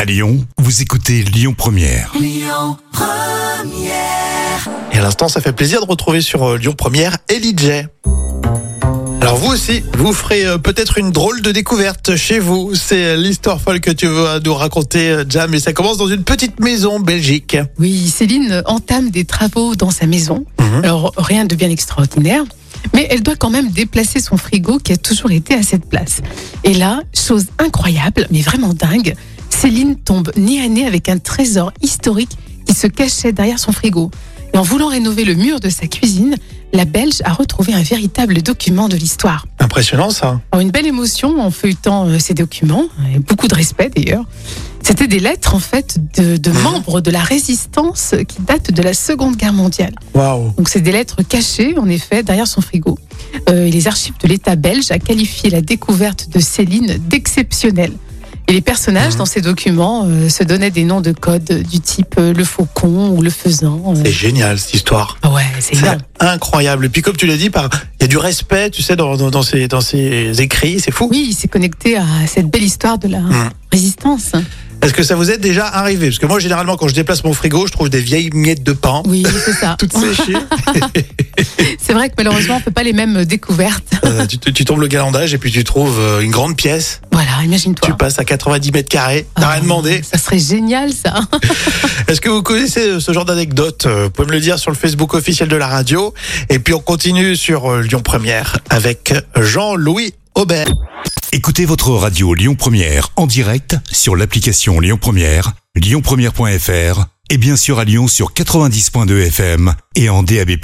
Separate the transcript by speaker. Speaker 1: À Lyon, vous écoutez Lyon Première.
Speaker 2: Et à l'instant, ça fait plaisir de retrouver sur euh, Lyon Première Ellie J. Alors vous aussi, vous ferez euh, peut-être une drôle de découverte chez vous. C'est euh, l'histoire folle que tu veux euh, nous raconter, euh, Jam, et ça commence dans une petite maison belgique.
Speaker 3: Oui, Céline entame des travaux dans sa maison. Alors, rien de bien extraordinaire. Mais elle doit quand même déplacer son frigo qui a toujours été à cette place. Et là, chose incroyable, mais vraiment dingue, Céline tombe nez à nez avec un trésor historique qui se cachait derrière son frigo. Et en voulant rénover le mur de sa cuisine, la Belge a retrouvé un véritable document de l'histoire.
Speaker 2: Impressionnant ça.
Speaker 3: Alors, Oh, une belle émotion en feuilletant euh, ces documents, et beaucoup de respect d'ailleurs. C'était des lettres en fait de, de membres de la résistance qui datent de la Seconde Guerre mondiale.
Speaker 2: Waouh.
Speaker 3: Donc c'est des lettres cachées en effet derrière son frigo. Euh, et les archives de l'État belge a qualifié la découverte de Céline d'exceptionnelle. Et les personnages
Speaker 2: Mhm.
Speaker 3: dans ces documents euh, se donnaient des noms de code euh, du type euh, le faucon ou le faisan. euh.
Speaker 2: C'est génial cette histoire.
Speaker 3: Ah Ouais, c'est
Speaker 2: C'est
Speaker 3: énorme.
Speaker 2: incroyable. Et puis comme tu l'as dit, par- il y a du respect, tu sais, dans, dans, dans ces, dans ces écrits, c'est fou.
Speaker 3: Oui, il s'est connecté à cette belle histoire de la
Speaker 2: Mhm.
Speaker 3: résistance.
Speaker 2: Est-ce que ça vous est déjà arrivé Parce que moi, généralement, quand je déplace mon frigo, je trouve des vieilles miettes de pain,
Speaker 3: Oui, c'est ça.
Speaker 2: toutes séchées.
Speaker 3: C'est vrai que malheureusement, on ne fait pas les mêmes découvertes.
Speaker 2: Euh, tu, te- tu tombes le galandage et puis tu trouves euh, une grande pièce.
Speaker 3: Voilà, imagine-toi.
Speaker 2: Tu passes à 90 mètres carrés, t'as
Speaker 3: Ah,
Speaker 2: rien demandé.
Speaker 3: Ça serait génial, ça.
Speaker 2: Est-ce que vous connaissez euh, ce genre d'anecdote Euh, Vous pouvez me le dire sur le Facebook officiel de la radio. Et puis on continue sur euh, Lyon Première avec Jean-Louis Aubert.
Speaker 1: Écoutez votre radio Lyon Première en direct sur l'application Lyon Première, lyonpremière.fr et bien sûr à Lyon sur 90.2 FM et en DAB+.